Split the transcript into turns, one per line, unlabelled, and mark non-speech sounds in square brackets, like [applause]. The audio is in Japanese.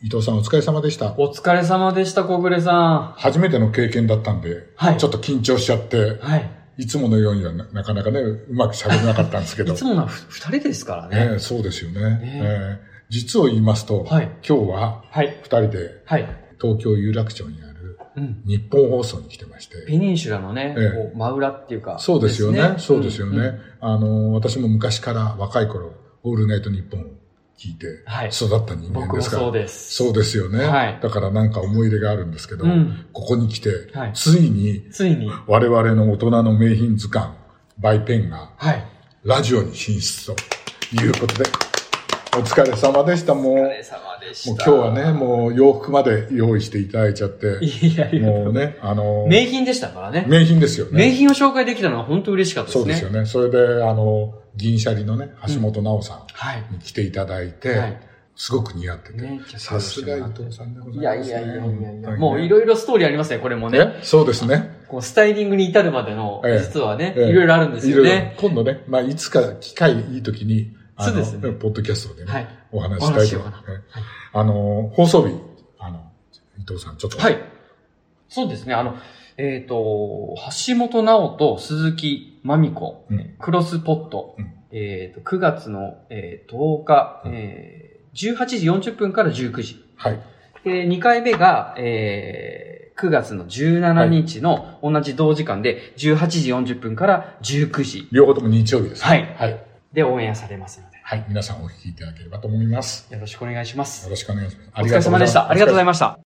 伊藤さんお疲れ様でした。
お疲れ様でした、小暮さ
初めての経験だったんで、
はい
ちょっと緊張しちゃって
ん。、はい。
いつものようにはななかなかね、うまく喋れなかったんですけど。
[laughs] いつものはふ二人ですからね。
ねえそうですよね。
ね
ええ実を言いますと、
はい
今日は
はい。
二人で
はい。
東京有楽町にある
うん。
日本放送に来てまして、
ペニンシュラのね、
ええ
こう真裏っていうか。
そうですよね。そうですよね。
んうん
あの、私も昔から若い頃、オールナイト日本を聞いて
はい
育った人間
僕
で
も
すから。
そうです。
そうですよね、
はい
だからなんか思い入れがあるんですけど、
うん
ここに来て、
はい
ついに
ついに。
我々の大人の名品図鑑、バイペンが
はい。
ラジオに進出ということで、お疲れ様でした。もう、
お
も
疲
う
れ様でした。
今日はね、もう洋服まで用意していただいちゃって、
いやいや、
もうね、あの、
名品でしたからね。
名品ですよね。
名品を紹介できたのは本当嬉しかったで
そう
すね。
ですよね。それで、あの、銀シャリのね、橋本直さ
はい。
んに来ていただいて、
はい
すごく似合ってて、
ね
さすが伊藤さんでござ
い
い
や
ま
い
す、ね。
やいやいやいや、
本当にね
もういろいろストーリーありますね、これもね。
えそうですね。
こうスタイリングに至るまでの、
ええ
実はね、
ええ
いろいろあるんですよね。
いろいろ今度ね、まあ、いつか機会いい時に、あの
そうですね
ポッドキャストでね、
はい
お話ししたいと
お話しようかな
ねあの、放送日、あの、伊藤さん、ちょっと。
はい。そうですね、あの、えっ、と、橋本直と鈴木まみ子、
うん
クロスポット、
うん
えっ、と、9月の、えー10日、
うん
えー18時40分から19時。
はい。
で、2回目が、えー9月の17日の同じ同時間で、18時40分から19時
両方とも日曜日です。
はい
はい。
でオンエアされますので、
はい。皆さんお聞きいただければと思います。
よろしくお願いします
よ。ろしくお願いします。
お疲れ様でした。ありがとうございました。